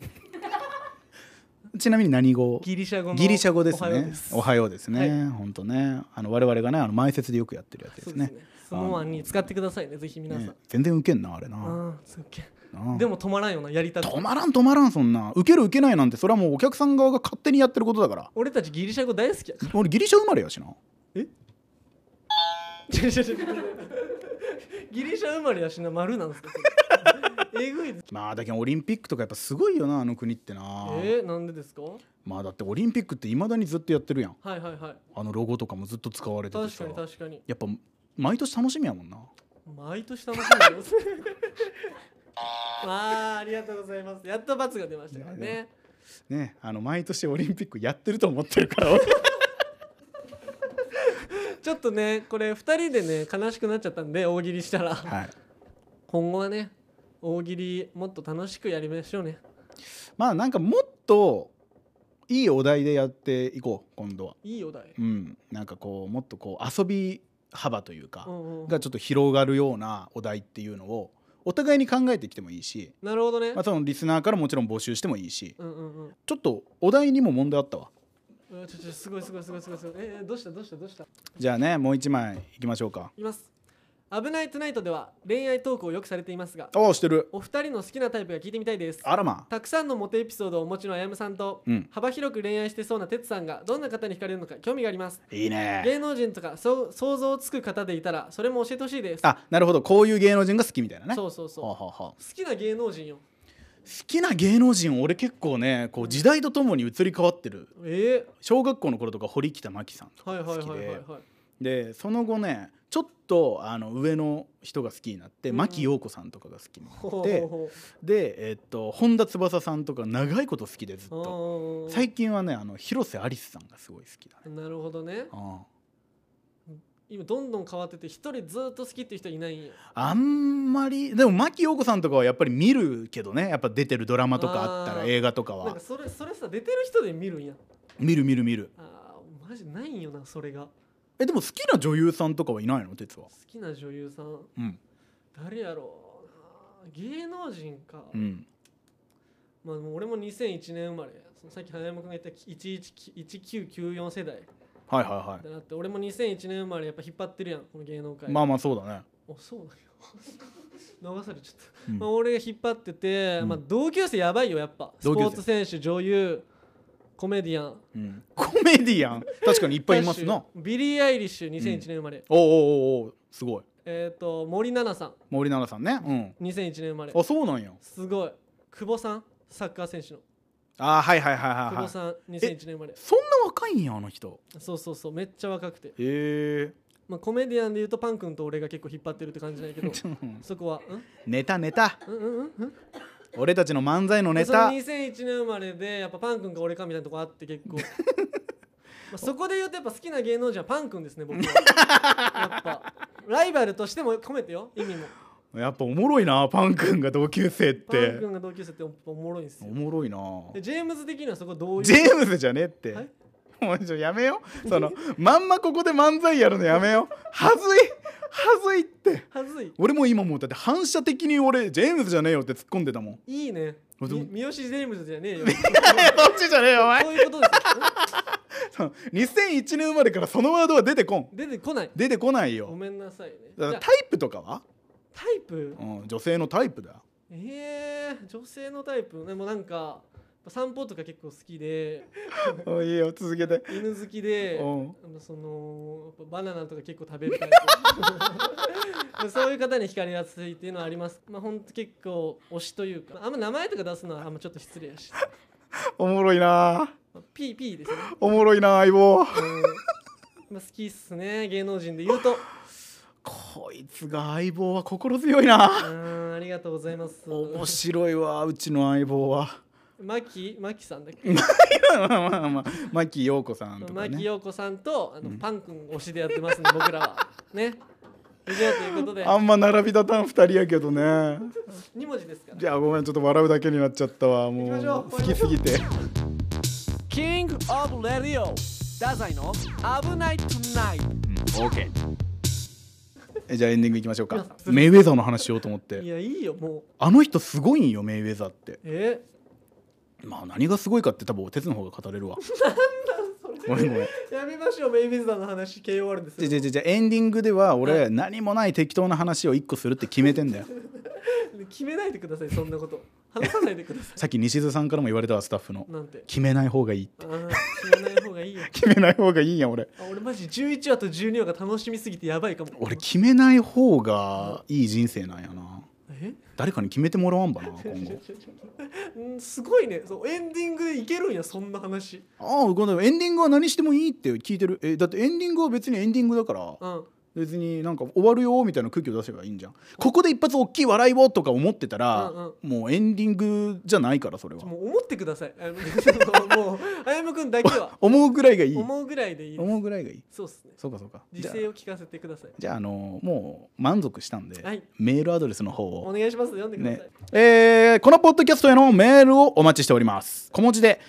Speaker 2: ちなみに何語
Speaker 1: ギリシャ語の
Speaker 2: ギリシャ語です
Speaker 1: おはよう
Speaker 2: ね
Speaker 1: です
Speaker 2: おはようです
Speaker 1: は
Speaker 2: ね本当ねあの我々がねあの前説でよくやってるやつで
Speaker 1: そう
Speaker 2: す
Speaker 1: です
Speaker 2: ね
Speaker 1: ねクスモアに使ってくださいねぜひ皆さん、
Speaker 2: ね全然ウケんなあれな
Speaker 1: ああすっげえ
Speaker 2: なあ
Speaker 1: でも止まらんよなやりたくて
Speaker 2: 止まらん止まらんそんなウケるウケないなんてそれはもうお客さん側が勝手にやってることだから
Speaker 1: 俺たちギリシャ語大好きやから
Speaker 2: 俺ギリシャ生まれやしな
Speaker 1: *laughs* 違う違う違うギリシャ生まれやしな丸なんですかそれえぐいです
Speaker 2: まあだけどオリンピックとかやっぱすごいよなあの国ってな、
Speaker 1: えー、なんでですかは
Speaker 2: まあだってオリンピックっていまだにずっとやってるやん
Speaker 1: いはいはい
Speaker 2: あのロゴとかもずっと使われてて
Speaker 1: 確
Speaker 2: さ
Speaker 1: かに確かに
Speaker 2: やっぱ毎年楽しみやもんな
Speaker 1: 毎年楽しみでございます。あーありがとうございます。やっと罰が出ましたからね。
Speaker 2: ねあの毎年オリンピックやってると思ってるから俺
Speaker 1: ちょっとね、これ二人でね、悲しくなっちゃったんで、大喜利したら。
Speaker 2: *laughs* はい
Speaker 1: 今後はね、大喜利もっと楽しくやりましょうね。
Speaker 2: まあなんかもっといいお題でやっていこう今度はい
Speaker 1: いお題
Speaker 2: う。んなんかこうもっとこう遊び幅というか、
Speaker 1: うんうん
Speaker 2: がちょっと広がるようなお題っていうのをお互いに考えてきてもいいし、
Speaker 1: なるほどね
Speaker 2: まあ、。そのリスナーからもちろん募集してもいいし
Speaker 1: うんうんうん
Speaker 2: ちょっとお題にも問題あったわ
Speaker 1: うわ。ちょちょすごいすごいすごいすごいすごい。えー、どうしたどうしたどうした。
Speaker 2: じゃあねもう一枚いきましょうか
Speaker 1: いきます。危ないトゥナイトでは恋愛トークをよくされていますが、
Speaker 2: ああしてる
Speaker 1: お二人の好きなタイプが聞いてみたいです。
Speaker 2: あらま
Speaker 1: たくさんのモテエピソードをお持ちのあやむさんと、
Speaker 2: うん
Speaker 1: 幅広く恋愛してそうなてつさんがどんな方に惹かれるのか興味があります
Speaker 2: いいね
Speaker 1: 芸能人とかそう想像つく方でいたらそれも教えてほしいです
Speaker 2: あなるほどこういう芸能人が好きみたいなね
Speaker 1: そうそうそう
Speaker 2: はあ
Speaker 1: 好
Speaker 2: はあはあ
Speaker 1: きな芸能人よ
Speaker 2: 好きな芸能人俺結構ねこう時代とともに移り変わってる
Speaker 1: え
Speaker 2: 小学校の頃とか堀北真希さんと
Speaker 1: ー、はい
Speaker 2: か
Speaker 1: はい
Speaker 2: 好
Speaker 1: は
Speaker 2: き
Speaker 1: いはい
Speaker 2: で
Speaker 1: はい
Speaker 2: でその後ねちょっとあの上の人が好きになって
Speaker 1: うんうん
Speaker 2: 牧陽子さんとかが好きにな
Speaker 1: ほうほ
Speaker 2: って、
Speaker 1: うほう
Speaker 2: で、えっと本田翼さんとか長いこと好きでずっ
Speaker 1: あ
Speaker 2: と
Speaker 1: ー
Speaker 2: 最近はねあの広瀬アリスさんがすごい好きだね
Speaker 1: なるほどね
Speaker 2: あ
Speaker 1: 今どんどん変わってて一人ずっと好きっていう人はいないんや
Speaker 2: あんまりでも牧陽子さんとかはやっぱり見るけどねやっぱ出てるドラマとかあったら
Speaker 1: あー
Speaker 2: 映画とか
Speaker 1: なん
Speaker 2: は
Speaker 1: かそれそれさ出てる人で見るんや
Speaker 2: 見る見る見る
Speaker 1: あーマジないんよなそれが
Speaker 2: えでも好きな女優さんとかはいないの哲は
Speaker 1: 好きな女優さん
Speaker 2: うん
Speaker 1: 誰やろうな芸能人か、
Speaker 2: うん
Speaker 1: まあ、もう俺も2001年生まれそのさっき花山君が言った11 1994世代
Speaker 2: はいはいは
Speaker 1: だなって俺も2001年生まれやっぱ引っ張ってるやんこの芸能界
Speaker 2: いまあまあそうだね
Speaker 1: おそう *laughs* だよ流されちゃった、
Speaker 2: うん
Speaker 1: まあ、俺が引っ張ってて、
Speaker 2: うん
Speaker 1: まあ、同級生やばいよやっぱス
Speaker 2: 同
Speaker 1: ポ
Speaker 2: 級生
Speaker 1: ーツ選手女優コメディアン
Speaker 2: うんコメディア
Speaker 1: *laughs*
Speaker 2: ン確かにいっぱいいますなおう
Speaker 1: 歌手ビリー・アイリッシュ2001年生まれ、
Speaker 2: おうおうおうすごい
Speaker 1: えっ、と森七菜さ
Speaker 2: 森奈々さんね
Speaker 1: ん2001年生まれ
Speaker 2: うんあそうなんや
Speaker 1: すごい久保さんサッカー選手の
Speaker 2: あーはいはいはいは
Speaker 1: 久
Speaker 2: いは
Speaker 1: 保
Speaker 2: い
Speaker 1: さん2001年生まれ
Speaker 2: そんな若いんやあの人
Speaker 1: そうそうそうめっちゃ若くて、
Speaker 2: へえ
Speaker 1: まあ、コメディアンで言うとパン君と俺が結構引っ張ってるって感じなんやけ
Speaker 2: *laughs*
Speaker 1: どそこは
Speaker 2: ネタネタ
Speaker 1: うんうんうんうん
Speaker 2: 俺たちの漫才のネ
Speaker 1: その
Speaker 2: タ
Speaker 1: 2001年生まれでやっぱパン君か俺かみたいなとこあって
Speaker 2: *laughs*
Speaker 1: 結構まあそこで言うとやっぱ好きな芸能人はパン君です
Speaker 2: *laughs*
Speaker 1: ね僕はやっぱライバルとしても込めてよ意味も
Speaker 2: やっぱおもろいなパン君が同級生っ
Speaker 1: パン
Speaker 2: て
Speaker 1: 君が同級生ってやっぱおもろいんです
Speaker 2: お
Speaker 1: よ
Speaker 2: もろい
Speaker 1: で
Speaker 2: な
Speaker 1: ジェームズ的にはそこどういう
Speaker 2: ジェームズじゃねえって
Speaker 1: はい
Speaker 2: もうちょやめよそのまんまここで漫才やるのやめよはずいはずいって
Speaker 1: はずい
Speaker 2: 俺も今もうだって反射的に俺ジェームズじゃねえよって突っ込んでたもん
Speaker 1: いいね
Speaker 2: あでも
Speaker 1: み三好ジェームズじゃね
Speaker 2: *laughs*
Speaker 1: えよ
Speaker 2: そっちじゃねえよお前
Speaker 1: そういうことですよ
Speaker 2: その2001年生まれからそのワードは出てこん
Speaker 1: 出てこない
Speaker 2: 出てこない
Speaker 1: ご
Speaker 2: よ
Speaker 1: めんなさいねじ
Speaker 2: だ
Speaker 1: ゃ
Speaker 2: から
Speaker 1: あ
Speaker 2: タイプとかは、
Speaker 1: タイプ
Speaker 2: うん、女性のタイプだよ
Speaker 1: えー、女性のタイプでもなんか散歩とか結構好きで
Speaker 2: おいいよ続けて
Speaker 1: 犬好きで、
Speaker 2: うん
Speaker 1: あのそのやっぱバナナとか結構食べるタイ
Speaker 2: *laughs*
Speaker 1: プそういう方に惹かれやすいっていうのはありますまあ本当結構推しというかあんま名前とか出すのはあんまちょっと失礼やし、
Speaker 2: おもろいな
Speaker 1: まあ、PP ですね、
Speaker 2: おもろいな相棒
Speaker 1: うんまあ、好きっすね芸能人で言うとう
Speaker 2: こいつが相棒は心強いな
Speaker 1: ーんありがとうございます
Speaker 2: 面白いわうちの相棒は
Speaker 1: マキマキさんだっけ
Speaker 2: まあまあまあ牧陽子さんとか
Speaker 1: 牧
Speaker 2: ね
Speaker 1: 陽子さんとあの、パン君推しでやってますんで僕ら
Speaker 2: *laughs*
Speaker 1: はね以上ということで
Speaker 2: あんま並び立たん2人やけどね
Speaker 1: 2文字ですから
Speaker 2: じゃあごめんちょっと笑うだけになっちゃったわも
Speaker 1: 行きましょう
Speaker 2: う好きすぎて
Speaker 1: キングオブレディオダザイの危ないトゥナイト
Speaker 2: オーケーじゃあエンディングいきましょうか
Speaker 1: 皆さん
Speaker 2: メイウェザーの話しようと思っ
Speaker 1: い
Speaker 2: て
Speaker 1: やいいよもう
Speaker 2: あの人すごいんよメイウェザーって
Speaker 1: え
Speaker 2: まあ何がすごいかって多分鉄の方が語れるわごめんごめん
Speaker 1: やめましょうメイビズダの話 KO るんです
Speaker 2: じゃ
Speaker 1: よ
Speaker 2: じゃじゃじゃエンディングでは
Speaker 1: は
Speaker 2: 俺何もない適当な話を1個するって決めてんだよ
Speaker 1: 決めないでくださいそんなこと話さないでくださ
Speaker 2: さっき西津さんからも言われたわスタッフの
Speaker 1: いなんて
Speaker 2: 決めない方がいい
Speaker 1: ああ決めない方がいいよ
Speaker 2: 決めない方がいいんや俺
Speaker 1: あ俺マジ11話と12話が楽しみすぎてやばいかも
Speaker 2: 俺決めない方がいい人生なんやな
Speaker 1: え
Speaker 2: 誰かに決めてもらわん
Speaker 1: *laughs*
Speaker 2: ばな今後
Speaker 1: うんすごいねそうエンディングでいけるんやそんな話
Speaker 2: ああこのエンディングは何してもいいって聞いてるえだってエンディングは別にエンディングだから
Speaker 1: うん
Speaker 2: 別になんか終わるよみたいな空気を出せばいいんじゃんここで一発大きい笑いをとか思ってたら、
Speaker 1: うん
Speaker 2: もうエンディングじゃないからそれは
Speaker 1: もう思ってくださいあの *laughs* もうあやむくんだけは
Speaker 2: 思うぐら *laughs* いがいい
Speaker 1: 思うぐらいでいいです
Speaker 2: 思うぐらいがいい
Speaker 1: そうっすね
Speaker 2: そうかそうかじ
Speaker 1: 自
Speaker 2: ゃあ
Speaker 1: 制を聞かせてください
Speaker 2: じゃあ、あのもう満足したんで、
Speaker 1: はい
Speaker 2: メールアドレスの方
Speaker 1: お
Speaker 2: を
Speaker 1: 願いします読んでください、
Speaker 2: ねえーこのポッドキャストへのメールをお待ちしております小文字で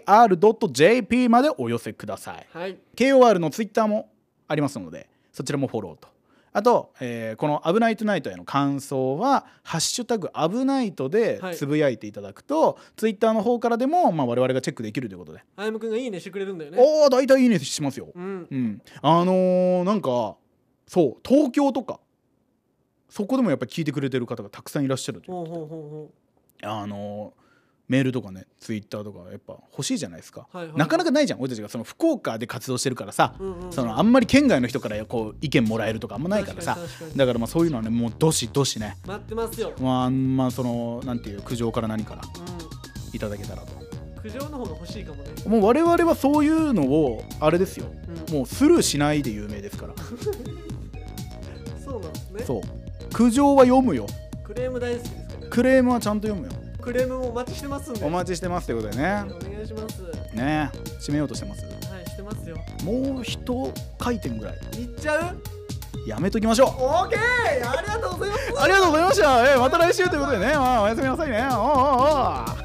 Speaker 2: kor.rkbr.jp までお寄せください
Speaker 1: はい
Speaker 2: KOR のツイッターもありますのでそちらもフォローとあと、えーこの「危ないトゥナイト」への感想は「ハッシュタグ危ないと」で
Speaker 1: はい
Speaker 2: つぶやいていただくと、ツイッターの方からでも、まあ、我々がチェックできるということで、
Speaker 1: あやむくんがいいねしてくれるんだよね
Speaker 2: おお大体いいねしますよ、
Speaker 1: うん
Speaker 2: うん、あのーなんかそう東京とかそこでもやっぱ聞いてくれてる方がたくさんいらっしゃるという
Speaker 1: ほうほうほ
Speaker 2: あのーメールとかねツイッターとかやっぱ欲しいじゃないですか、
Speaker 1: はいはいはい
Speaker 2: なかなかないじゃん俺たちがその福岡で活動してるからさ、
Speaker 1: うほううんうん
Speaker 2: そのあんまり県外の人からこう意見もらえるとかあんまないからさ
Speaker 1: 確かに確かに
Speaker 2: だからまあそういうのはねもうどしどしね
Speaker 1: 待ってますよ、
Speaker 2: まああんまそのなんていう苦情から何からいただけたらと
Speaker 1: うん、苦情の方が欲しいかもね、
Speaker 2: もう我々はそういうのをあれですよ
Speaker 1: うん、
Speaker 2: もうスルーしないで有名ですから
Speaker 1: そうなんですね
Speaker 2: そう苦情は読むよ
Speaker 1: クレーム大好きですからね
Speaker 2: クレームはちゃんと読むよ
Speaker 1: クレームもお待ちしてますんで
Speaker 2: お待ちしてますということでね
Speaker 1: お願いしますは
Speaker 2: ねえ締めようとしてます
Speaker 1: いしてますよ
Speaker 2: もう一回転ぐらい
Speaker 1: いっちゃう
Speaker 2: やめときましょう
Speaker 1: オーケーありがとうございます
Speaker 2: ありがとうございました、えーまた来週ということでね、まあ、おやすみなさいねおうおうおう